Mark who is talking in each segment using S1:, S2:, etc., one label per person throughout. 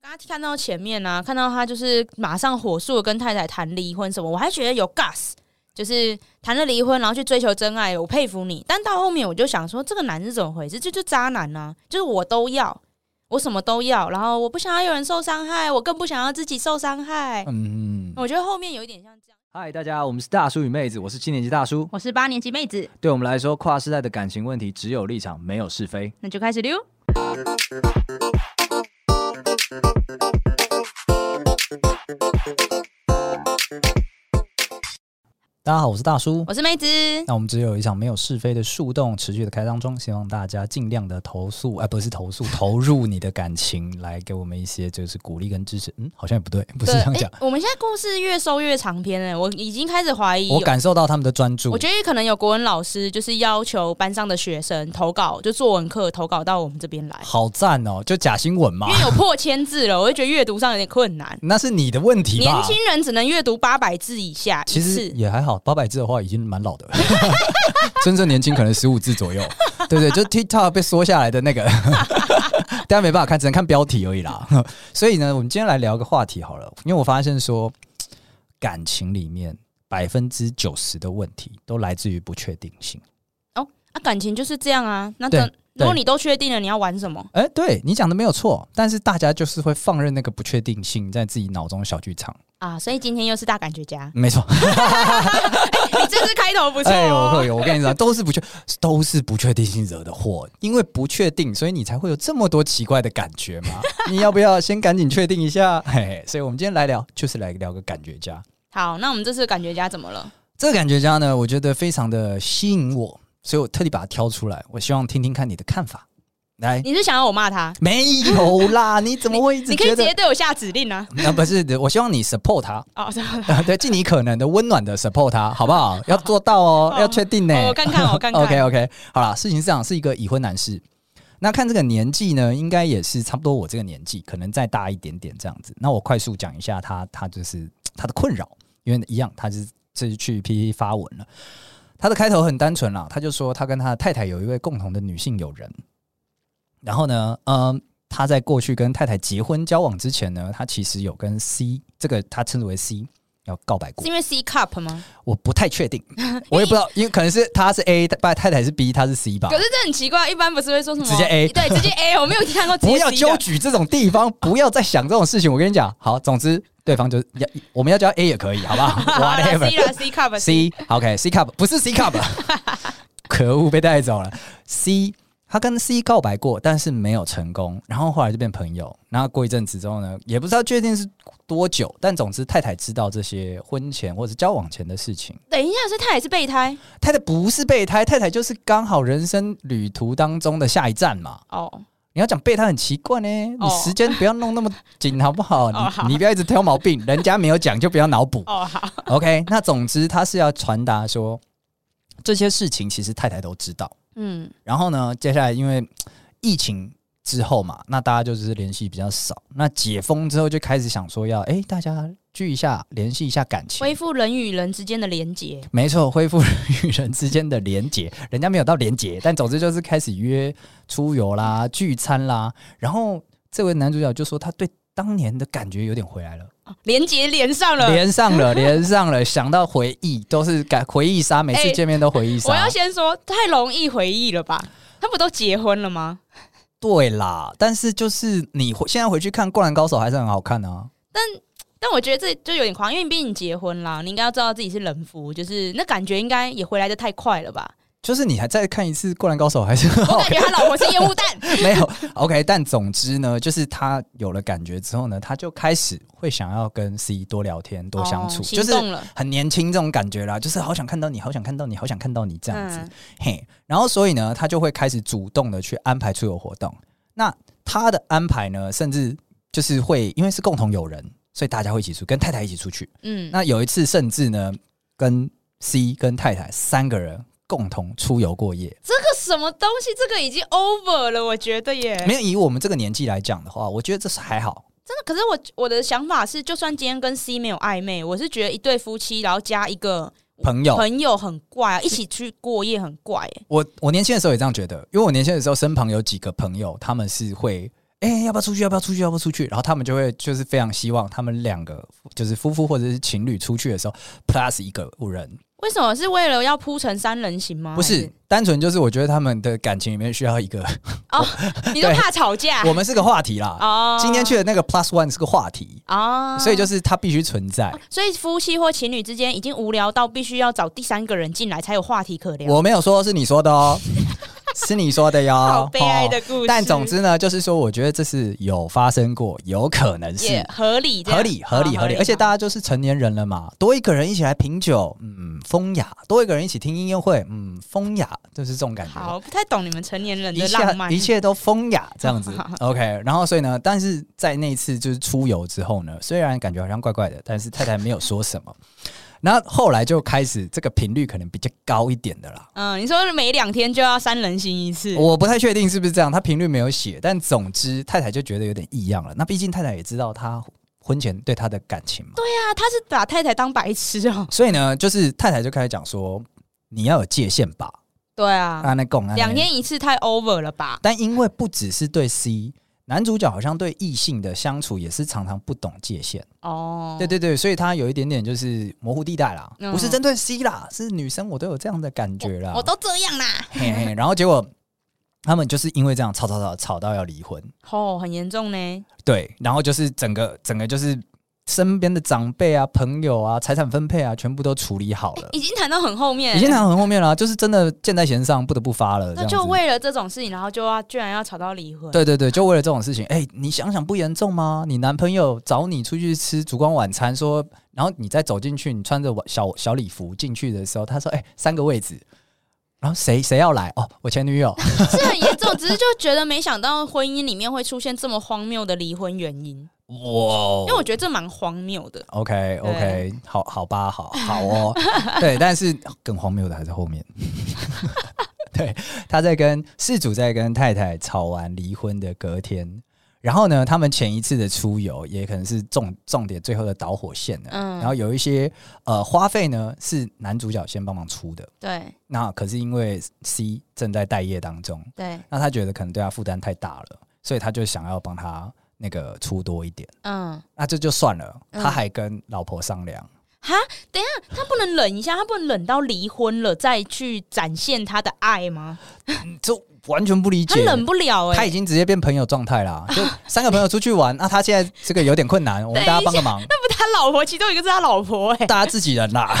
S1: 大家看到前面啊，看到他就是马上火速地跟太太谈离婚什么，我还觉得有 gas，就是谈了离婚，然后去追求真爱，我佩服你。但到后面我就想说，这个男是怎么回事？这就渣男啊，就是我都要，我什么都要，然后我不想要有人受伤害，我更不想要自己受伤害。
S2: 嗯，
S1: 我觉得后面有一点像这样，
S2: 嗨，大家，我们是大叔与妹子，我是七年级大叔。
S3: 我是八年级妹子，
S2: 对我们来说，跨世代的感情问题只有立场，没有是非。
S3: 那就开始溜。
S2: 大家好，我是大叔。
S1: 我是妹子，
S3: 哦
S2: 那我们只有一场没有是非的树洞持续的开当中，希望大家尽量的投诉，哎、不是投 诉，投入你的感情，来给我们一些就是鼓励跟支持。嗯，好像也不对， 不是
S1: 对，哎
S2: 这样
S1: 诶
S2: 讲。
S1: 我们现在故事越收越长篇了，我已经开始怀疑
S2: 我
S1: 有
S2: 感受到他们的专注
S1: 我。觉得可能有国文老师就是要求班上的学生投稿，就作文课投稿到我们这边来，
S2: 好赞哦，就假新闻嘛
S1: 因，为有破千字了，我就觉得阅读上有点困难。
S2: 那是你的问题
S1: 年
S2: 吧？
S1: 轻人只能阅读八百字以下一
S2: 其
S1: 次，
S2: 实也还好，八百字的话已经蛮老的了， 真正年轻可能十五字左右。对对，就是 TikTok 被缩下来的那个， 大家没办法看，只能看标题而已啦。所以呢，我们今天来聊个话题好了，因为我发现说，感情里面百分之九十的问题都来自于不确定性。
S1: 哦，啊，感情就是这样啊。那
S2: 对
S1: 等如果
S2: 对
S1: 你都确定了，你要玩什么？
S2: 哎、对你讲的没有错，但是大家就是会放任那个不确定性在自己脑中的小剧场。，
S1: 啊，所以今天又是大感觉家
S2: 没错，
S1: 你这次开头不错、
S2: 哎呦，我
S1: 哦。
S2: 有，我跟你讲，都是不确，都是不确定性惹的祸。因为不确定，所以你才会有这么多奇怪的感觉 嘛。你要不要先赶紧确定一下？嘿嘿，所以我们今天来聊，就是来聊个感觉家。
S1: 好，那我们这次感觉家怎么了？
S2: 这个感觉家呢，我觉得非常的吸引我，所以我特地把它挑出来，我希望听听看你的看法。来，
S1: 你是想要我骂他？
S2: 没有啦，你怎么会一直
S1: 你可以
S2: 觉
S1: 直接
S2: 得？
S1: 对我下指令啊！
S2: 那、不是，我希望你 support 他，
S1: 哦，是吧
S2: 对，尽你可能的温暖的 support 他，好不好？要做到哦，
S1: 好
S2: 要确定 呢、
S1: 哦我看看我看看
S2: OK OK，好啦，事情是这样，是一个已婚男士。那看这个年纪呢，应该也是差不多我这个年纪，可能再大一点点这样子。那我快速讲一下他，他就是他的困扰，因为一样，他是这是去 P 发文了。他的开头很单纯啦，他就说他跟他的太太有一位共同的女性友人，然后呢，嗯，他在过去跟太太结婚交往之前呢，他其实有跟 C 这个他称之为 C 要告白过
S1: 是，因为 C cup 吗？
S2: 我不太确定，我也不知道，因为可能是他是 A，太太太是 B，他是 C 吧
S1: 可。是这很奇怪，一般不是会说什么
S2: 直接 A
S1: 对，直接 A，我没有看过直接
S2: 哎
S1: C
S2: 不要
S1: 的
S2: 纠举这种地方，不要再想这种事情。我跟你讲，好，总之对方就是要，我们要叫 A 也可以，好不好？Whatever
S1: C。啦，C cup
S2: C OK C cup 不是 C cup，可恶被带走了。C 他跟 C 告白过，但是没有成功，然后后来就变朋友。然后过一阵子之后呢，也不知道确定是多久，但总之太太知道这些婚前或者交往前的事情。
S1: 等一下，所以他也是备胎
S2: 太太不是备胎，太太就是刚好人生旅途当中的下一站嘛。
S1: 哦。
S2: 你要讲备胎很奇怪呢，你
S1: 哦
S2: 时间不要弄那么紧，好不好？
S1: 哦好
S2: 你你不要一直挑 毛病，人家没有讲就不要脑补。
S1: 哦，好，
S2: OK，那总之他是要传达说，这些事情其实太太都知道。
S1: 嗯，
S2: 然后呢，接下来因为疫情之后嘛，那大家就是联系比较少。那解封之后就开始想说要，哎、大家聚一下，联系一下感情，
S1: 恢复人与人之间的连结。
S2: 没错，恢复人与人之间的连结，人家没有到连结，但总之就是开始约出游啦、聚餐啦。然后这位男主角就说他对当年的感觉有点回来了，
S1: 连结连上了。
S2: 哦连上了，连上了，想到回忆都是感回忆杀，每次
S1: 哎
S2: 见面都回忆杀。
S1: 我要先说，太容易回忆了吧？他不都结婚了吗？
S2: 对啦，但是就是你回现在回去看《灌篮高手》还是很好看啊。
S1: 但我觉得这就有点狂，因为毕竟你结婚啦，你应该要知道自己是人夫，就是那感觉应该也回来的太快了吧？
S2: 就是你还再看一次《灌篮高手》还是很好啊
S1: 我感觉他老婆是烟雾弹，
S2: 没有 OK，但总之呢，就是他有了感觉之后呢，他就开始会想要跟 C 多聊天、 多相处，
S1: 哦
S2: 就
S1: 心
S2: 是
S1: 动了。
S2: 很年轻这种感觉啦，就是好想看到你，好想看到你，好想看到你这样子。
S1: 嗯
S2: 嘿，然后所以呢，他就会开始主动的去安排出游活动。那他的安排呢，甚至就是会因为是共同友人，所以大家会一起出，跟太太一起出去。
S1: 嗯，
S2: 那有一次甚至呢，跟 C 跟太太三个人共同出游过夜。
S1: 这个什么东西？这个已经 over 了，我觉得耶。
S2: 没有以我们这个年纪来讲的话，我觉得这是还好。
S1: 可是我我的想法是，就算今天跟 C 没有暧昧，我是觉得一对夫妻，然后加一个
S2: 朋友，
S1: 朋友很怪啊，一起去过夜很怪、欸。
S2: 我我年轻的时候也这样觉得，因为我年轻的时候身旁有几个朋友，他们是会哎、要不要出去？要不要出去？要不要出去？然后他们就会就是非常希望他们两个就是夫妇或者是情侣出去的时候，plus 一个人，
S1: 为什么是为了要铺成三人行吗？
S2: 不
S1: 还
S2: 是单纯就是我觉得他们的感情里面需要 一个，
S1: 是，你说
S2: 对
S1: 怕吵架
S2: 我们是个话题啦。
S1: 哦
S2: 今天去的那个 plus one 是个话题，
S1: 哦，
S2: 所以就是它必须存在。
S1: 所以夫妻或情侣之间已经无聊到必须要找第三个人进来才有话题可聊。
S2: 我没有说是你说 的哦，是你说的哟。哦
S1: 好悲哀的故事。
S2: 但总之呢，就是说，我觉得这是有发生过，有可能
S1: 也
S2: 是
S1: 合理这样，
S2: 合理、合理、
S1: 好
S2: 合理，而且
S1: 好
S2: 大家就是成年人了嘛，多一个人一起来品酒，嗯，风雅；多一个人一起听音乐会，嗯，风雅，就是这种感觉。
S1: 好不太懂你们成年人
S2: 一
S1: 的
S2: 切
S1: 浪漫
S2: 一。切都风雅 这样子
S1: 好好
S2: ，OK。然后所以呢，但是在那次就是出游之后呢，虽然感觉好像怪怪的，但是太太没有说什么。 然后后来就开始这个频率可能比较高一点的啦，
S1: 嗯，你说每两天就要三人行一次，
S2: 我不太确定是不是这样，他频率没有写，但总之太太就觉得有点异样了。那毕竟太太也知道他婚前对他的感情嘛，
S1: 对啊，他是把太太当白痴哦。
S2: 所以呢，就是太太就开始讲说，你要有界限吧，
S1: 对啊，
S2: 啊，那共
S1: 两。天一次太 over 了吧？
S2: 但因为不只是对 C，男主角好像对异性的相处也是常常不懂界限，
S1: 哦，
S2: 对对对，所以他有一点点就是模糊地带啦，
S1: 嗯
S2: 不是针对 C 啦，是女生我都有这样的感觉啦，
S1: 我都这样啦，
S2: 嘿嘿，然后结果他们就是因为这样吵吵吵吵到要离婚。
S1: 哦，很严重呢。
S2: 对，然后就是整个整个就是身边的长辈啊、朋友啊、财产分配啊，全部都处理好了，
S1: 已经谈到很后面，
S2: 已经谈到很后面了啊，就是真的箭在弦上，不得不发了。这
S1: 那
S2: 样
S1: 就
S2: 子
S1: 为了这种事情，然后就要居然要吵到离婚。
S2: 对对对，就为了这种事情，哎、你想想不严重吗？你男朋友找你出去吃烛光晚餐，说，然后你再走进去，你穿着晚小小礼服进去的时候，他说，哎、三个位置，然后谁谁要来？哦，我前 女友。
S1: 是很严重，只是就觉得没想到婚姻里面会出现这么荒谬的离婚原因，
S2: 哇
S1: 因为我觉得这蛮荒谬的。
S2: OK OK，好好吧，好好哦，对，但是更荒谬的还在后面。 对，他在跟事主在跟太太吵完离婚的隔天，然后呢，他们前一次的出游也可能是重重点最后的导火线了。
S1: 嗯
S2: 然后有一些呃花费呢是男主角先帮忙出的，
S1: 对
S2: 那可是因为 C 正在待业当中，
S1: 对，
S2: 那他觉得可能对他负担太大了，所以他就想要帮他那个出多一点。
S1: 嗯，
S2: 那这就算了，
S1: 嗯
S2: 他还跟老婆商量。
S1: 哈，等一下他不能忍一下，他不能忍到离婚了再去展现他的爱吗？
S2: 这完全不理
S1: 他
S2: 解。
S1: 忍不了
S2: 他
S1: 哎、
S2: 已经直接变朋友状态啦，就三个朋友出去玩，那、 啊他现在这个有点困 难，我们大家帮个忙，
S1: 那不他老婆，其中一个是他老婆哎、
S2: 大家自己人啦。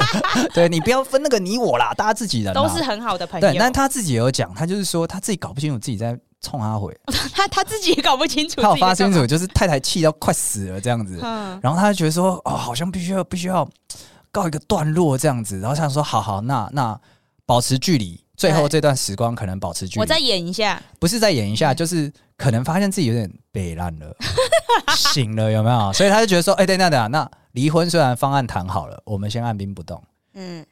S2: 对你不要分那个你我啦，大家自己人啦
S1: 都是很好的朋友。
S2: 对。但他自己也有讲，他就是说他自己搞不清楚自己在冲他回，
S1: 他他 自己也搞不清楚，
S2: 他有发清。楚，就是太太气到快死了这 样子，
S1: 嗯，
S2: 然后他就觉得说哦，好像必须要必须要告一个段落这样子，然后想说好好那那保持距离，最后
S1: 对
S2: 这段时光可能保持距离。
S1: 我再演一下，
S2: 不是再演一下，
S1: 嗯
S2: 就是可能发现自己有点北烂了， 醒了有没有？所以他就觉得说，哎、等一下等一下，那离婚虽然方案谈好了，我们先按兵不动，
S1: 嗯，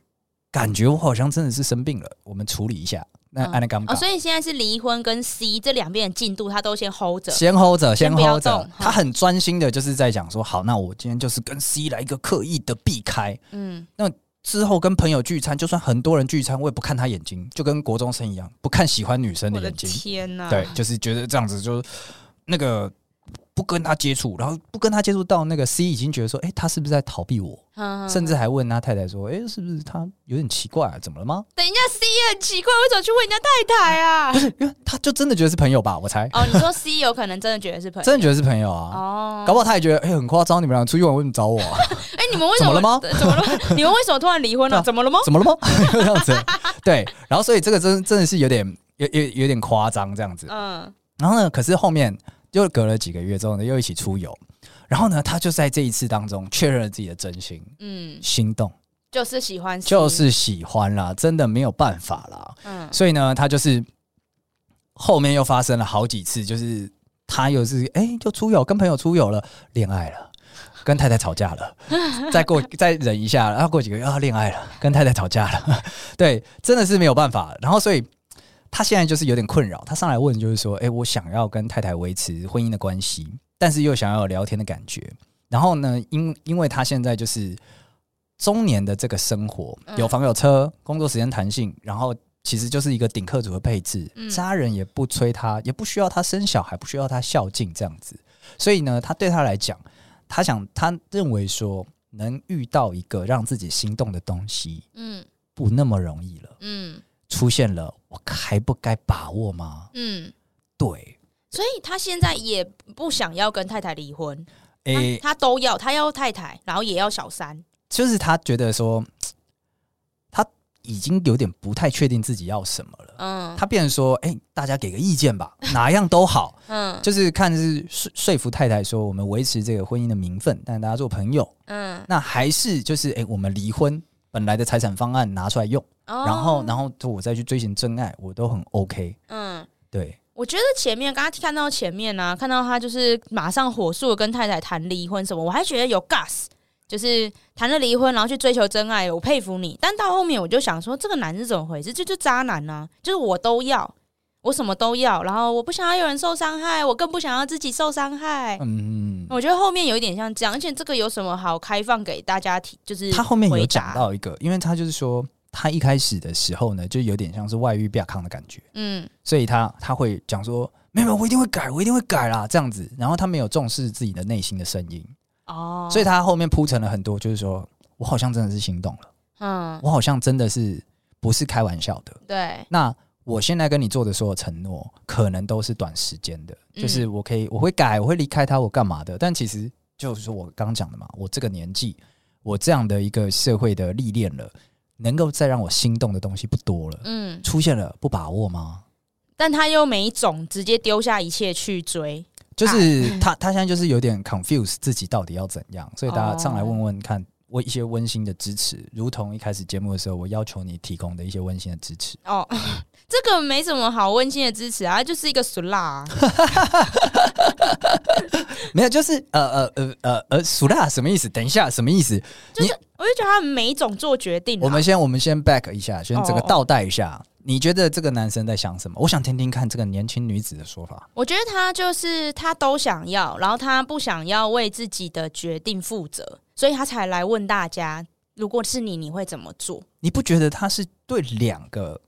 S2: 感觉我好像真的是生病了，我们处理一下。那
S1: 嗯
S2: 按那尴
S1: 哦，
S2: 尬，
S1: 所以现在是离婚跟 C 这两边的进度，他都先 hold 着。
S2: 先 hold 着，
S1: 先
S2: 先
S1: 不要
S2: hold 着
S1: 动。
S2: 他很专心的，就是在讲说，好，那我今天就是跟 C 来一个刻意的避开。
S1: 嗯，
S2: 之后跟朋友聚餐，就算很多人聚餐，我也不看他眼睛，就跟国中生一样，不看喜欢女生
S1: 我
S2: 的
S1: 的
S2: 眼睛。
S1: 天呐、
S2: 对，就是觉得这样子就是那个不跟他接触，然后不跟他接触到那个 C 已经觉得说，哎、他是不是在逃避我？
S1: 嗯，
S2: 甚至还问他太太说，哎、是不是他有点奇怪、啊？怎么了吗？
S1: 等一下，C 也很奇怪，为什么去问人家太太啊？
S2: 因为他就真的觉得是朋友吧，我猜，
S1: 哦，你说 C 有可能真的觉得是朋友
S2: 真的觉得是朋友啊。
S1: 哦
S2: 搞？不好他也觉得，哎、很夸张，你们俩出去玩为什么找我、啊？
S1: 哎、你们为什
S2: 怎么了吗
S1: 对怎么了 吗？你们为什么突然离婚了？
S2: 对啊
S1: 怎么了吗？
S2: 怎么了吗？ 这样子，对。然后所以这个真真的是有点有有有点夸张这样子。
S1: 嗯
S2: 然后呢，可是后面又隔了几个月之后呢，又一起出游。然后呢，他就在这一次当中确认了自己的真心，
S1: 嗯，
S2: 心动。
S1: 就是喜欢 C，
S2: 就是喜欢啦，真的没有办法啦。
S1: 嗯
S2: 所以呢，他就是后面又发生了好几次，就是他又是哎、就出游，跟朋友出游了，恋爱了。跟太太吵架了，再过再忍一下，然后过几个月啊，恋爱了，跟太太吵架了，对，真的是没有办法。然后所以他现在就是有点困扰，他上来问就是说，哎、我想要跟太太维持婚姻的关系，但是又想要有聊天的感觉。然后呢，因因为他现在就是中年的这个生活，
S1: 嗯
S2: 有房有车，工作时间弹性，然后其实就是一个顶客族的配置，
S1: 嗯
S2: 家人也不催他，也不需要他生小孩，不需要他孝敬这样子。所以呢，他对他来讲，他想他认为说，能遇到一个让自己心动的东西
S1: 嗯
S2: 不那么容易了，
S1: 嗯
S2: 出现了，我还不该把握吗？
S1: 嗯，
S2: 对，
S1: 所以他现在也不想要跟太太离婚，
S2: 诶、
S1: 他他都要，他要太太，然后也要小三，
S2: 就是他觉得说，他已经有点不太确定自己要什么了。
S1: 嗯
S2: 他变成说，诶，大家给个意见 吧，哪样都好。
S1: 嗯
S2: 就是看是说说服太太说我们维持这个婚姻的名分，但大家做朋友，
S1: 嗯，
S2: 那还是就是诶，我们离婚本来的财产方案拿出来用，
S1: 然
S2: 然后然
S1: 后
S2: 后就我再去追寻真爱，我都很 OK。
S1: 嗯。
S2: 对，
S1: 我觉得前面刚刚看到前面呢、啊，看到他就是马上火速地跟太太谈离婚什么，我还觉得有 gas，就是谈了离婚然后去追求真爱，我佩服你。但到后面我就想说，这个男是怎么回事？这就渣男啊，就是我都要，我什么都要，然后我不想要有人受伤害，我更不想要自己受伤害。
S2: 嗯，
S1: 我觉得后面有一点像这样，而且这个有什么好开放给大家提？就是
S2: 他后面有
S1: 回
S2: 讲
S1: 答，
S2: 到一个，因为他就是说他一开始的时候呢，就有点像是外遇比较康的感觉，
S1: 嗯
S2: 所以他他会讲说没有，没有我一定会改，我一定会改啦这样子，然后他没有重视自己的内心的声音，
S1: 哦，
S2: 所以他后面铺陈了很多，就是说我好像真的是心动了。
S1: 嗯
S2: 我好像真的是不是开玩笑的。
S1: 对
S2: 那我现在跟你做的所有承诺，可能都是短时间的，
S1: 嗯
S2: 就是我可以我会改，我会离开他，我干嘛的？但其实就是我刚讲的嘛，我这个年纪，我这样的一个社会的历练了，能够再让我心动的东西不多了。
S1: 嗯，
S2: 出现了不把握吗？
S1: 但他又没种，直接丢下一切去追。
S2: 就是他他现在就是有点 confuse 自己到底要怎样，所以大
S1: 哦
S2: 家上来问问看。我一些温馨的支持，如同一开始节目的时候，我要求你提供的一些温馨的支持。
S1: 哦，这个没什么好温馨的支持啊，就是一个俗辣、 啊。
S2: 没有，就是呃呃呃呃呃，苏拉什么意思？等一下，什么意思？
S1: 我就觉得他每一种做决定、啊，
S2: 我们先我们先 back 一下，先整个
S1: 哦
S2: 倒带一下。你觉得这个男生在想什么？我想听听看这个年轻女子的说法。
S1: 我觉得他就是他都想要，然后他不想要为自己的决定负责，所以他才来问大家，如果是你，你会怎么做？
S2: 你不觉得他是对两个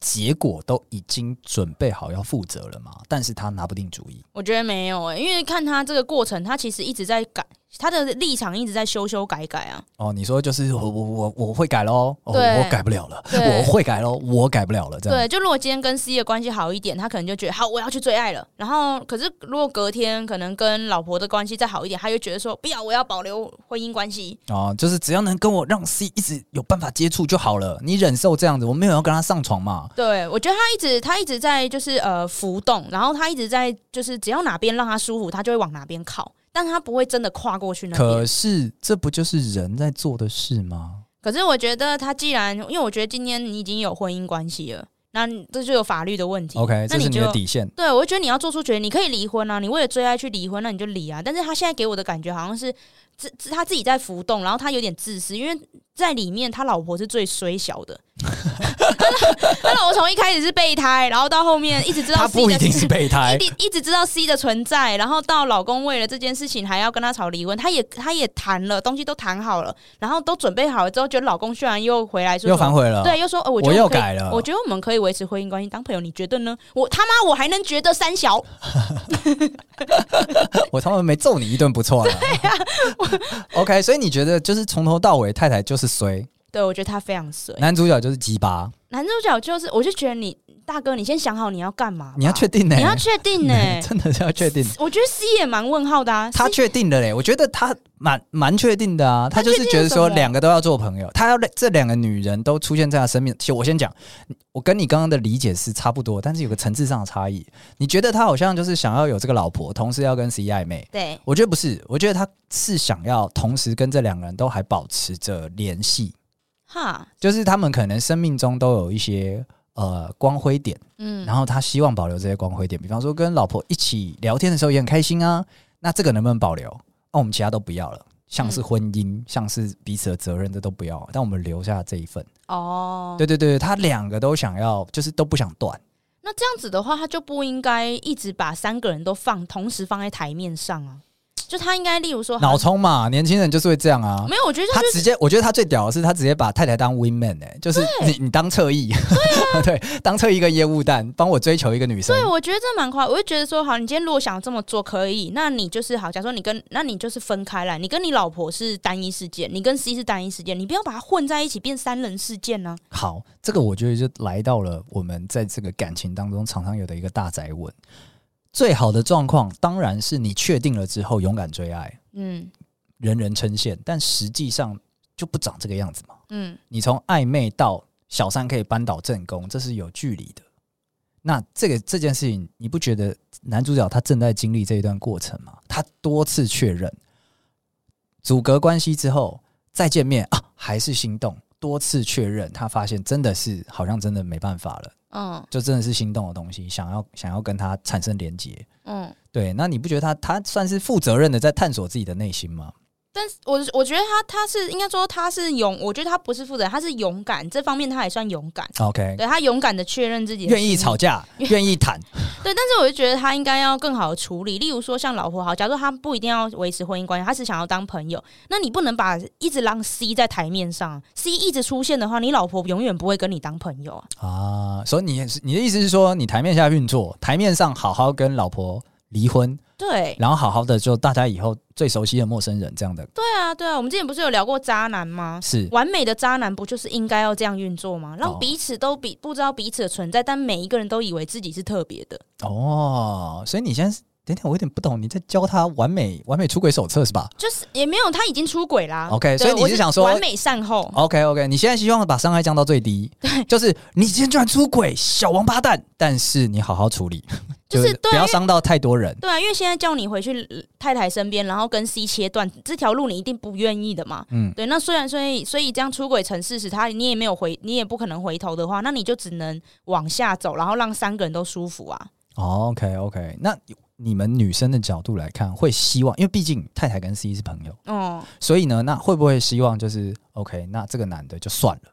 S2: 结果都已经准备好要负责了吗？但是他拿不定主意。
S1: 我觉得没有诶、欸因为看他这个过程，他其实一直在改，他的立场一直在修修改改啊。
S2: 哦，你说就是我我我我会改喽、哦，
S1: 对
S2: 我改不了了，
S1: 对
S2: 我会改喽，我改不了了，这样
S1: 对，就如果今天跟 C 的关系好一点，他可能就觉得好，我要去追爱了。然后，可是如果隔天可能跟老婆的关系再好一点，他就觉得说不要，我要保留婚姻关系。
S2: 哦，就是只要能跟我让 C 一直有办法接触就好了。你忍受这样子，我没有要跟他上床嘛。
S1: 对，我觉得他一直他一直在就是呃浮动，然后他一直在就是只要哪边让他舒服，他就会往哪边靠，但他不会真的跨过去那边。
S2: 可是这不就是人在做的事吗？
S1: 可是我觉得他既然，因为我觉得今天你已经有婚姻关系了，那这就有法律的问题。
S2: OK，
S1: 那
S2: 这
S1: 你
S2: 是你的
S1: 就
S2: 底线。
S1: 对，我就觉得你要做出决定，你可以离婚啊，你为了追爱去离婚，那你就离啊。但是他现在给我的感觉好像是自自他自己在浮动，然后他有点自私，因为在里面他老婆是最衰小的。他老婆从一开始是备胎，然后到后面一直知道
S2: 他
S1: C
S2: 不
S1: 的
S2: 一定是备胎
S1: 一，定一直知道 C 的存在，然后到老公为了这件事情还要跟他吵离婚，他也他也谈了，东西都谈好了，然后都准备好了之后，觉得老公居然又回来说
S2: 又
S1: 什么
S2: 反悔了。
S1: 对，又说，哦，我觉
S2: 我
S1: 得
S2: 又
S1: 可以
S2: 改了
S1: 我觉得我们可以维持婚姻关系当朋友，你觉得呢？我他妈我还能觉得三小，
S2: 我他妈没揍你一顿不错了。OK，所以 你觉得就是从头到尾太太就是衰，
S1: 对我觉得他非常衰。
S2: 男主角就是鸡巴，
S1: 男主角就是，我就觉得你大哥，你先想好你要干嘛吧，
S2: 你要确定呢、欸
S1: 你要确定呢、
S2: 真的是要确定。
S1: 我觉得 C 也蛮问号的啊，
S2: 他
S1: C-
S2: 确定的嘞，我觉得他蛮蛮确定的啊，他
S1: 他
S2: 就是觉得
S1: 确定了
S2: 说
S1: 什么
S2: 两个都要做朋友，他要这两个女人都出现在他生命。其实我先讲，我跟你刚刚的理解是差不多，但是有个层次上的差异。你觉得他好像就是想要有这个老婆，同时要跟 C 暧昧，
S1: 对，
S2: 我觉得不是，我觉得他是想要同时跟这两个人都还保持着联系，
S1: 哈，
S2: 就是他们可能生命中都有一些呃光辉点，
S1: 嗯，
S2: 然后他希望保留这些光辉点，比方说跟老婆一起聊天的时候也很开心啊，那这个能不能保留？啊那、我们其他都不要了。像
S1: 嗯
S2: 是婚姻，像是彼此的责任，这都不要，但我们留下这一份。
S1: 哦，
S2: 对对对，他两个都想要，就是都不想断。
S1: 那这样子的话，他就不应该一直把三个人都放同时放在台面上啊。就他应该例如说，
S2: 脑冲嘛，年轻人就是会这样啊。
S1: 没有，我觉得他
S2: 他
S1: 就
S2: 直接，我觉得他最屌的是，他直接把太太当 win man 哎、就是你你当侧翼， 对,、啊当侧翼一个业务蛋，帮我追求一个女生
S1: 对，，我觉得这蛮快。我就觉得说，好，你今天如果想这么做，可以，那你就是好。假如说你跟，那你就是分开来，你跟你老婆是单一事件，你跟 C 是单一事件，你不要把它混在一起变三人事件啊呢、
S2: 好，这个我觉得就来到了我们在这个感情当中常常有的一个大宅问。最好的状况当然是你确定了之后勇敢追爱，
S1: 嗯
S2: 人人称羡，但实际上就不长这个样子嘛。
S1: 嗯，
S2: 你从暧昧到小三可以扳倒正宫，这是有距离的。那这个这件事情，你不觉得男主角他正在经历这一段过程吗？他多次确认阻隔关系之后再见面啊，还是心动。多次确认，他发现真的是好像真的没办法了，
S1: 嗯
S2: 就真的是心动的东西，想要想要跟他产生连结。
S1: 嗯，
S2: 对，那你不觉得他他算是负责任的在探索自己的内心吗？
S1: 但是我我觉得他他是应该说他是勇，我觉得他不是负责任，他是勇敢这方面他也算勇敢，
S2: ？OK，
S1: 对他勇敢的确认自己的
S2: 愿意
S1: 心
S2: 吵架，愿意谈，
S1: 对，但是我就觉得他应该要更好的处理，例如说像老婆好，假如说他不一定要维持婚姻关系，他是想要当朋友，那你不能把一直让 C 在台面上，C 啊一直出现的话，你老婆永远不会跟你当朋友啊。
S2: 啊，所以你也是你的意思是说，你台面下运作，台面上好好跟老婆离婚，
S1: 对，
S2: 然后好好的就大家以后最熟悉的陌生人这样的，
S1: 对啊，对啊，我们之前不是有聊过渣男吗？
S2: 是
S1: 完美的渣男不就是应该要这样运作吗？
S2: 哦
S1: 让彼此都比不知道彼此的存在，但每一个人都以为自己是特别的。
S2: 哦。所以你现在是等等，我有点不懂，你在教他完美完美出轨手册是吧
S1: 就是也没有，他已经出轨啦。
S2: OK，所以
S1: 对
S2: 你
S1: 我
S2: 是想说
S1: 完美善后？
S2: ？OK OK，你现在希望把伤害降到最低，就是你今天居然出轨，小王八蛋，但是你好 好处理，
S1: 就是对啊
S2: 不要伤到太多人。
S1: 对啊，因为现在叫你回去呃太太身边，然后跟 C 切断这条路，你一定不愿意的嘛。
S2: 嗯，
S1: 对，那虽然所以所以这样出轨成事实，他你也没有回，你也不可能回头的话，那你就只能往下走，然后让三个人都舒服啊。
S2: 哦，OK OK，那你们女生的角度来看，会希望，因为毕竟太太跟 C 是朋友。
S1: 哦、
S2: 所以呢，那会不会希望就是 OK？那这个男的就算了，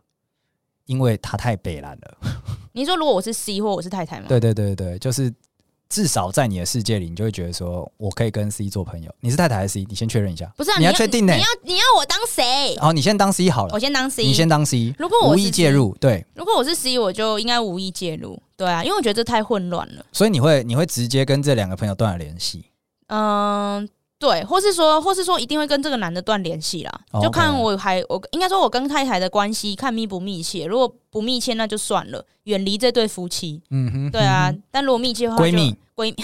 S2: 因为他太北蓝 了。
S1: 你说如果我是 C 或我是太太吗？
S2: 对对对对，就是至少在你的世界里，你就会觉得说我可以跟 C 做朋友。你是太太还是 C？你先确认一下。
S1: 不是、啊，
S2: 你要确定呢、哦
S1: 你要你要我当谁？
S2: 好，你先当 C 好了
S1: 我，先当 C，
S2: 你先当 C。
S1: 如果我
S2: 无
S1: 是
S2: 意介
S1: C
S2: 入，对，
S1: 如果我是 C，我就应该无意介入。对啊，因为我觉得这太混乱了。
S2: 所以你会你会直接跟这两个朋友断了联系。
S1: 嗯，对，或是说，或是说，一定会跟这个男的断联系啦。
S2: 哦
S1: 就
S2: OK
S1: 看我还我应该说，我跟太太的关系看密不密切。如果不密切，那就算了，远离这对夫妻。
S2: 嗯哼，
S1: 对啊，
S2: 嗯
S1: 但如果密切的
S2: 哼，
S1: 话就，
S2: 闺蜜
S1: 闺蜜。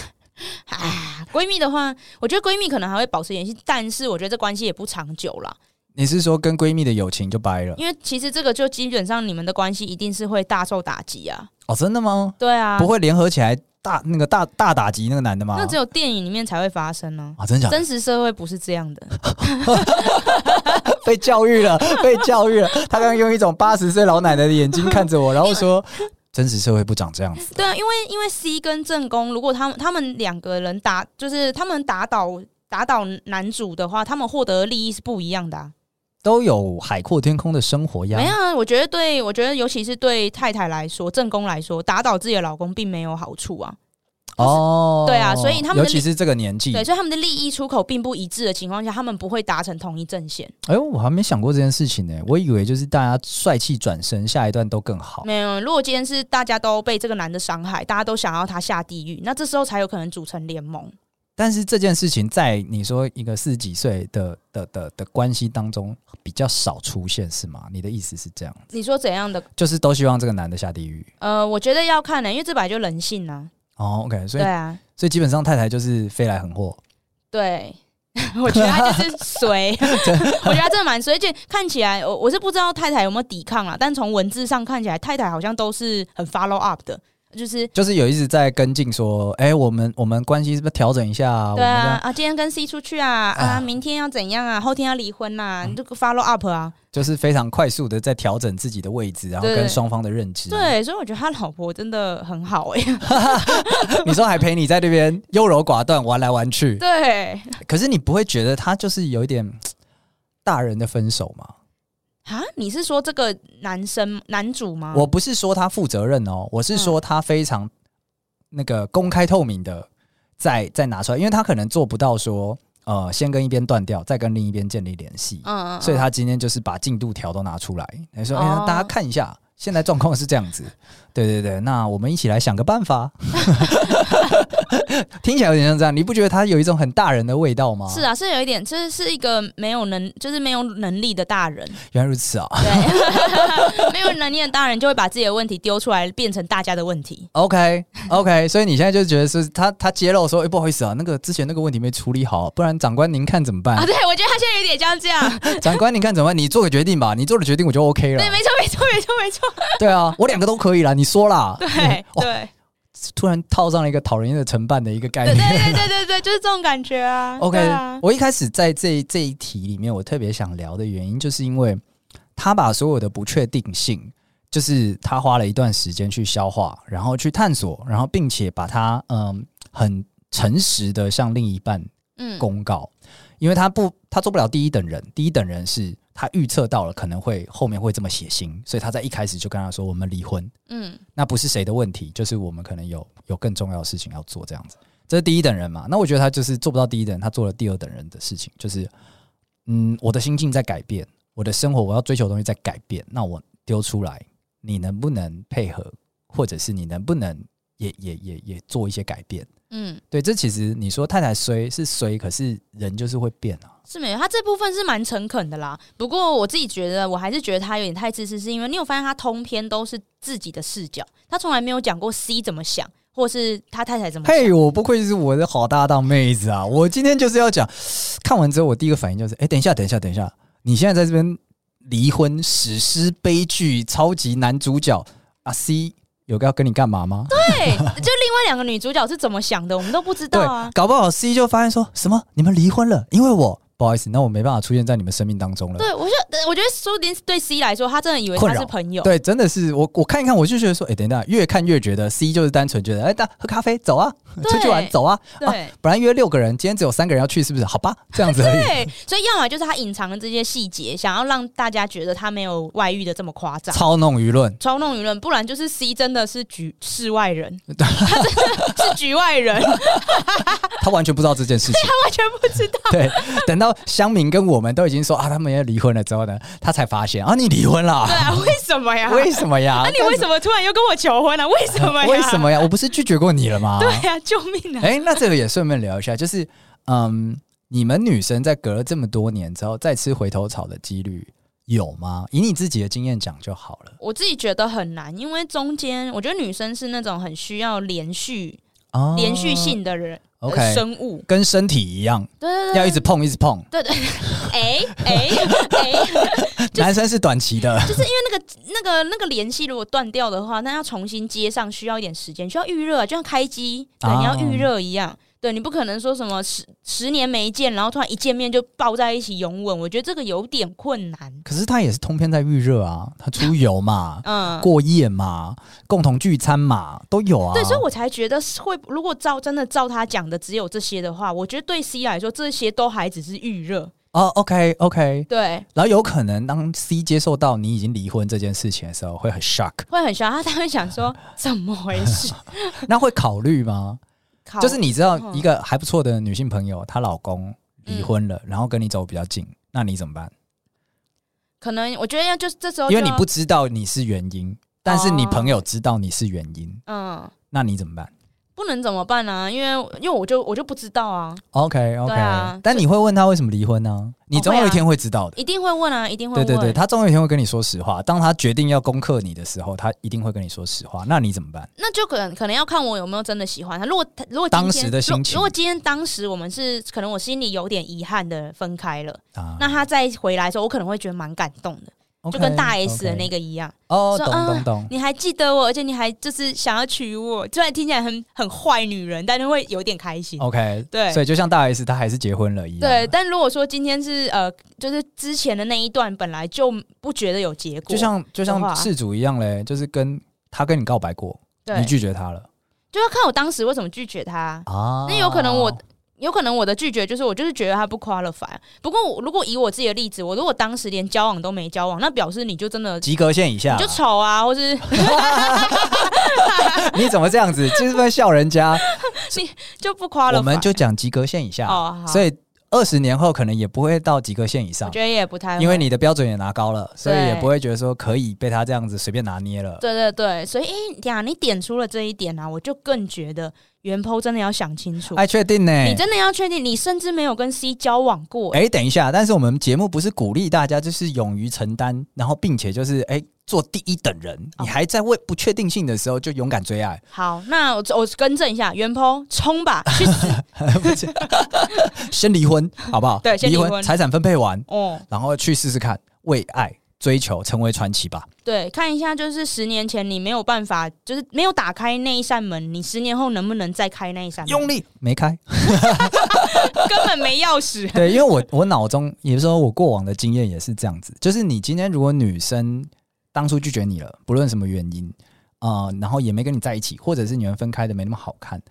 S1: 啊，闺蜜的话，我觉得闺蜜可能还会保持联系，但是我觉得这关系也不长久啦，
S2: 你是说跟闺蜜的友情就掰了？
S1: 因为其实这个就基本上你们的关系一定是会大受打击啊。
S2: 哦，真的吗？
S1: 对啊，
S2: 不会联合起来大那个大大打击那个男的吗？
S1: 那只有电影里面才会发生呢、
S2: 啊，真假的？
S1: 真实社会不是这样的。
S2: 被教育了，被教育了。他刚刚用一种八十岁老奶奶的眼睛看着我，然后 说：“真实社会不长这样子。
S1: 对啊，因为因为 C 跟正宫，如果他们他们两个人打，就是他们打倒打倒男主的话，他们获得的利益是不一样的、啊。”
S2: 都有海阔天空的生活
S1: 没有
S2: 呀。
S1: 啊，我觉得对，我觉得尤其是对太太来说，正宫来说，打倒自己的老公并没有好处啊。
S2: 哦，
S1: 对啊所以他们的
S2: 尤其是这个年纪
S1: 对，，所以他们的利益出口并不一致的情况下，他们不会达成同一阵线。
S2: 哎呦，我还没想过这件事情呢、我以为就是大家帅气转身，下一段都更好。
S1: 没有，如果今天是大家都被这个男的伤害，大家都想要他下地狱，那这时候才有可能组成联盟。
S2: 但是这件事情在你说一个四十几岁的的的的关系当中比较少出现，是吗？你的意思是这样，
S1: 你说怎样的？
S2: 就是都希望这个男的下地狱。
S1: 呃，我觉得要看呢、因为这本来就人性啊。
S2: 哦，OK，所
S1: 对
S2: 以
S1: 啊，
S2: 所以基本上太太就是飞来横祸。
S1: 对， 我觉得他 就是随， 我觉得他真的蛮随。而且看起来，我我是不知道太太有没有抵抗啦，但从文字上看起来，太太好像都是很 follow up 的，就是
S2: 就是有一直在跟进说，哎、我们我们关系是不是调整一下、啊？
S1: 对
S2: 我
S1: 啊
S2: 们哎
S1: 啊，今天跟 C 出去啊啊，明天要怎样啊，后天要离婚呐、你这
S2: 嗯
S1: 个 follow up 啊，
S2: 这样就是非常快速的在调整自己的位置，然后
S1: 对
S2: 跟双方的认 知。，啊
S1: 对，所以我觉得他老婆真的很好 哎、
S2: 你说还陪你在这边优柔寡断玩来玩去，
S1: 对
S2: 可是你不会觉得他就是有一点嘖大人的分手吗？
S1: 啊，你是说这个男生男主吗？
S2: 我不是说他负责任哦，我是说
S1: 嗯
S2: 他非常那个公开透明的在在拿出来，因为他可能做不到说呃，先跟一边断掉，再跟另一边建立联系。
S1: 嗯，嗯
S2: 所以他今天就是把进度条都拿出来，他说：“哎、
S1: 哦
S2: 大家看一下，现在状况是这样子。” 对对对，那我们一起来想个 办法。听起来有点像这样，你不觉得他有一种很大人的味道吗？
S1: 是啊，是有一点，这是一个没有能，就是没有能力的大人，
S2: 原来如此啊。
S1: 对，没 有能力的大人就会把自己的问题丢出来，变成大家的问题。
S2: OK OK，所以你现在就觉得是他他揭露说：“哎、不好意思啊，那个之前那个问题没处理好，不然长官您看怎么办？
S1: 啊，对，我觉得他现在有点像这样，
S2: 长官您看怎么办？你做个决定吧，你做了决定我就 OK 了
S1: 对，。没错，没错，没错，没错，
S2: 对啊，我两个都可以啦，你说啦。
S1: 对，
S2: 哦
S1: 对，
S2: 突然套上了一个讨人厌的承办的一个概
S1: 对，对，对，
S2: 念。
S1: 对，对，对，就是这种感觉啊。
S2: OK，、
S1: 对啊
S2: 我一开始在这这一题里面，我特别想聊的原因，就是因为他把所有的不确定性，就是他花了一段时间去消化，然后去探索，然后并且把它嗯很诚实的向另一半
S1: 嗯，
S2: 公告，因为他不他做不了第一等人，第一等人是他预测到了可能会后面会这么血腥，所以他在一开始就跟他说我们离婚，
S1: 嗯，
S2: 那不是谁的问题，就是我们可能有有更重要的事情要做，这样子，这是第一等人嘛。那我觉得他就是做不到第一等人，他做了第二等人的事情，就是嗯，我的心境在改变，我的生活我要追求的东西在改变，那我丢出来，你能不能配合，或者是你能不能也也也也做一些改变？
S1: 嗯，
S2: 对，这其实你说太太衰是衰，可是人就是会变啊。
S1: 是没有，他这部分是蛮诚恳的啦。不过我自己觉得，我还是觉得他有点太自私，是因为你有发现他通篇都是自己的视角，他从来没有讲过 C 怎么想，或是他太太怎么想。
S2: 嘿、我不愧是我的好搭档妹子啊！我今天就是要讲，看完之后我第一个反应就是，哎、等一下，等一下，等一下，你现在在这边离婚史诗悲剧超级男主角阿 C 有个要跟你干嘛吗？
S1: 对，就另外两个女主角是怎么想的，我们都不知道啊。
S2: 搞不好 C 就发现说什么你们离婚了，因为我不好意思，那我没办法出现在你们生命当中了。
S1: 对，我就我觉得说不定对 C 来说，他真的以为
S2: 困
S1: 他
S2: 扰
S1: 是朋友。
S2: 对，真的是我我看一看，我就觉得说，哎、等一下，越看越觉得 C 就是单纯觉得，哎、大喝咖啡走啊，
S1: 对
S2: 出去玩走啊，啊
S1: 对
S2: 本来约六个人，今天只有三个人要去，是不是？好吧，这样子 而已。
S1: 对，所以要么就是他隐藏了这些细节，想要让大家觉得他没有外遇的这么夸张。
S2: 操弄 舆论，
S1: 操弄舆论，不然就是 C 真的是局世外 人，他真的是局外人，他
S2: 他完全不知道这件 事情。
S1: 完全不知道。
S2: 对，等到乡民跟我们都已经说啊，他们要离婚了之后呢，他才发现啊，你离婚
S1: 对
S2: 啦？
S1: 啊，为什么呀？
S2: 为什么呀？
S1: 那你为什么突然又跟我求婚了、啊为什么呀？
S2: 为什？么呀？我不是拒绝过你了吗？
S1: 对呀、救命啊！
S2: 哎、那这个也顺便聊一下，就是嗯，你们女生在隔了这么多年之后再吃回头草的几率有吗？以你自己的经验讲就好了。
S1: 我自己觉得很难，因为中间我觉得女生是那种很需要连续、
S2: 哦
S1: 连续性的人、呃
S2: OK
S1: 生物。
S2: 跟身体一样，
S1: 对对对，
S2: 要一直碰，一直碰。
S1: 对对，哎哎哎，
S2: 男生是短期的，
S1: 就是因为那个那个那个联系如果断掉的话，那要重新接上需要一点时间，需要预热啊，就像开机，对，
S2: 啊
S1: 你要预热一样。对你不可能说什么十十年没见，然后突然一见面就抱在一起拥吻，我觉得这个有点困难。
S2: 可是他也是通篇在预热啊，他出游嘛，
S1: 嗯，
S2: 过夜嘛，共同聚餐嘛，都有啊。
S1: 对，所以我才觉得是会，如果照真的照他讲的只有这些的话，我觉得对 C 来说这些都还只是预热。
S2: 哦，OK，OK、o k OK，
S1: 对，
S2: 然后有可能当 C 接受到你已经离婚这件事情的时候，会 很 shock，
S1: 会很想他，他会想说怎么回 事？
S2: 那会考虑吗？
S1: 靠
S2: 就是你知道
S1: 嗯
S2: 一个还不错的女性朋友，她老公离婚
S1: 嗯
S2: 了，然后跟你走比较近，那你怎么办？
S1: 可能我觉得要就是这时候就
S2: 因为
S1: 要，
S2: 你不知道你是原因，
S1: 啊
S2: 但是你朋友知道你是原因，
S1: 嗯。
S2: 那你怎么办
S1: 不能怎么办呢、因为因为我就我就不知道啊，
S2: ？OK OK，、
S1: 对啊哦
S2: 但你会问他为什么离婚呢、你总有一天会知道的。
S1: 一定会问啊，一定会
S2: 对
S1: 问。
S2: 对对，他总有一天会跟你说实话。当他决定要攻克你的时候，他一定会跟你说实话。那你怎么办？
S1: 那就可能可能要看我有没有真的喜欢他。如果他如果今天
S2: 当时的心情
S1: 如果今天当时我们是可能我心里有点遗憾的分开了，
S2: 啊，
S1: 那他再回来的时候，我可能会觉得蛮感动的
S2: OK，
S1: 就跟大 S 的
S2: OK
S1: 那个一样。
S2: 哦，
S1: 说
S2: 懂
S1: 啊
S2: 懂懂，
S1: 你还记得我，而且你还就是想要娶我，虽然听起来很很坏女人，但是会有点开心。
S2: OK，
S1: 对
S2: 所以就像大 S 她还是结婚哦了一样，
S1: 对，，但如果说今天是呃，就是之前的那一段本来就不觉得有结果，
S2: 就像就
S1: 的话
S2: 像事主一样嘞，就是跟他跟你告白过，
S1: 对
S2: 你拒绝他了
S1: 就要看我当时为什么拒绝他。
S2: 啊
S1: 那有可能我有可能我的拒绝就是我就是觉得他不 qualify。不过我如果以我自己的例子，我如果当时连交往都没交往，那表示你就真的
S2: 及格线以下
S1: 你就，丑啊，或是
S2: 你怎么 这样子？就是在笑人家？
S1: 就不 qualify。
S2: 我们就讲及格线以下，
S1: 哦好
S2: 所以二十年后可能也不会到及格线以
S1: 我
S2: 上，
S1: 觉得也不太会，
S2: 因为你的标准也拿高了，所以
S1: 对
S2: 也不会觉得说可以被他这样子随便拿捏了。
S1: 对对对，所以哎呀，你点出了这一点啊，我就更觉得原 PO 真的要想清楚，
S2: 哎，确定呢、
S1: 你真的要确定，你甚至没有跟 C 交往过、
S2: 哎、等一下，但是我们节目不是鼓励大家就是勇于承担，然后并且就是哎、做第一等人，
S1: 哦
S2: 你还在为不确定性的时候就勇敢追爱，
S1: 好，那我我更正一下，原 PO 冲吧，去 死！
S2: 不是先离婚好不好？
S1: 对先离婚
S2: 财产分配完，
S1: 哦，
S2: 然后去试试看，为爱追求成为传奇吧。
S1: 对，看一下，就是十年前你没有办法，就是没有打开那一扇门，你十年后能不能再开那一扇门？
S2: 用力没开，
S1: 根本没钥匙。
S2: 对，因为我我脑中也是说我过往的经验也是这样子，就是你今天如果女生当初拒绝你了，不论什么原因，呃，然后也没跟你在一起，或者是你们分开的没那么好看，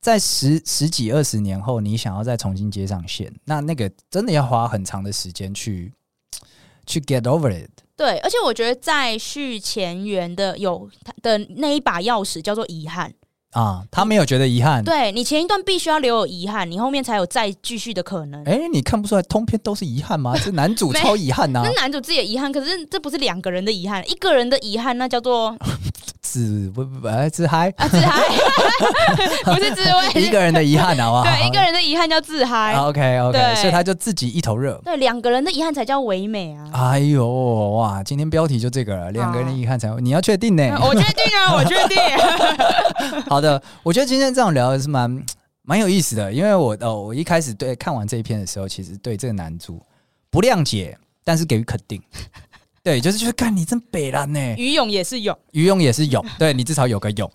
S2: 在十十几二十年后，你想要再重新接上线，那那个真的要花很长的时间去去 get over it。
S1: 对，而且我觉得再续前缘的有的那一把钥匙叫做遗憾。
S2: 啊，他没有觉得遗憾。
S1: 对你前一段必须要留有遗憾，你后面才有再继续的可能。
S2: 哎、你看不出来通篇都是遗憾吗？这男主超遗憾呐、啊
S1: 那男主自己的遗憾，可是这不是两个人的遗憾，一个人的遗憾那叫 做，
S2: 自不不哎自嗨
S1: 啊自嗨， 不是自慰，
S2: 一个人啊的遗憾好不好？
S1: 对一个人的遗憾叫自嗨，
S2: OK OK，
S1: 对
S2: 所以他就自己一头热。
S1: 对两个人的遗憾才叫唯美啊。
S2: 哎呦哇，今天标题就这个了，两个人的遗憾才会，你要确定呢、
S1: 嗯我决定啊，我决定。
S2: 好的，我觉得今天这样聊的是蛮蛮有意思的，因为我呃，我一开始对看完这一篇的时候，其实对这个男主不谅解，但是给予肯定。对，就是就是，干你真北蓝呢、
S1: 于勇也 是勇，
S2: 于勇也是勇，对你至少有个 勇，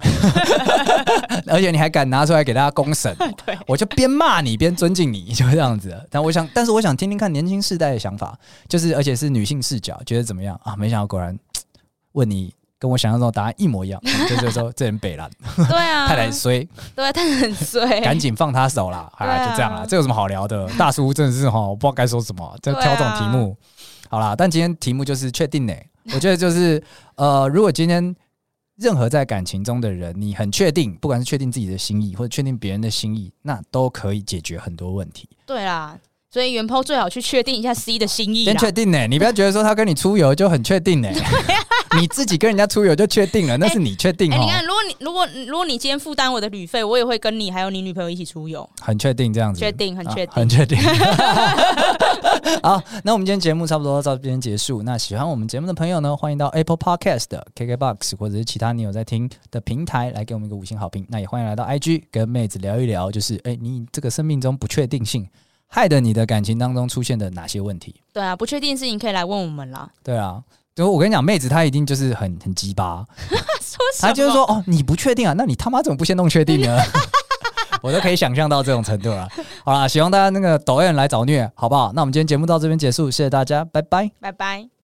S2: 而且你还敢拿出来给大家公审，
S1: 对
S2: 我就边骂你边尊敬你，就这样子。但我想，但是我想听听看年轻世代的想法，就是而且是女性视角，觉得怎么样啊？没想到果然问你跟我想象中的答案一模 一样，就是说这人北蓝，
S1: 对啊，
S2: 太太衰，
S1: 对，他很衰，
S2: 赶紧放他手啦！
S1: 哎对
S2: 啊，
S1: 啊
S2: 就这样啦，这有什么好 聊的？大叔真的是哈，我不知道该说什么，在
S1: 对啊
S2: 挑这种题目。
S1: 啊
S2: 好啦，但今天题目就是确 定呢、我觉得就是呃，如果今天任何在感情中的人，你很确定，不管是确定自己的心意，或者确定别人的心意，那都可以解决很多问题。
S1: 对啦。所以原 PO 最好去确定一下 C 的心意
S2: 先
S1: 啦。
S2: 确定呢、你不要觉得说他跟你出游就很确 定呢、你自己跟人家出游就确定了，那是你确定
S1: 啊哎、
S2: 哦、
S1: 你看，如果你如果如果你今天负担我的旅费，我也会跟你还有你女朋友一起出游，
S2: 很确定这样子，
S1: 确定，很
S2: 啊
S1: 确定。
S2: 很确定。 好，那我们今天节目差不多到这边结束。那喜欢我们节目的朋友呢，欢迎到 Apple Podcast、KKBox 或者是其他你有在听的平台来给我们一个五星好评。那也欢迎来到 IG 跟妹子聊一聊，就是哎、你这个生命中不确定性害得你的感情当中出现的哪些问题？
S1: 对啊，不确定的事情可以来问我们啦。
S2: 对啊。就我跟你讲，妹子她一定就是很很鸡巴，她就是说哦，你不确定啊，那你他妈怎么不先弄确定呢？ 我都可以想象到这种程度了。好啦，希望大家那个抖 M 来找虐，好不好？那我们今天节目到这边结束，谢谢大家，拜拜。
S1: 拜拜。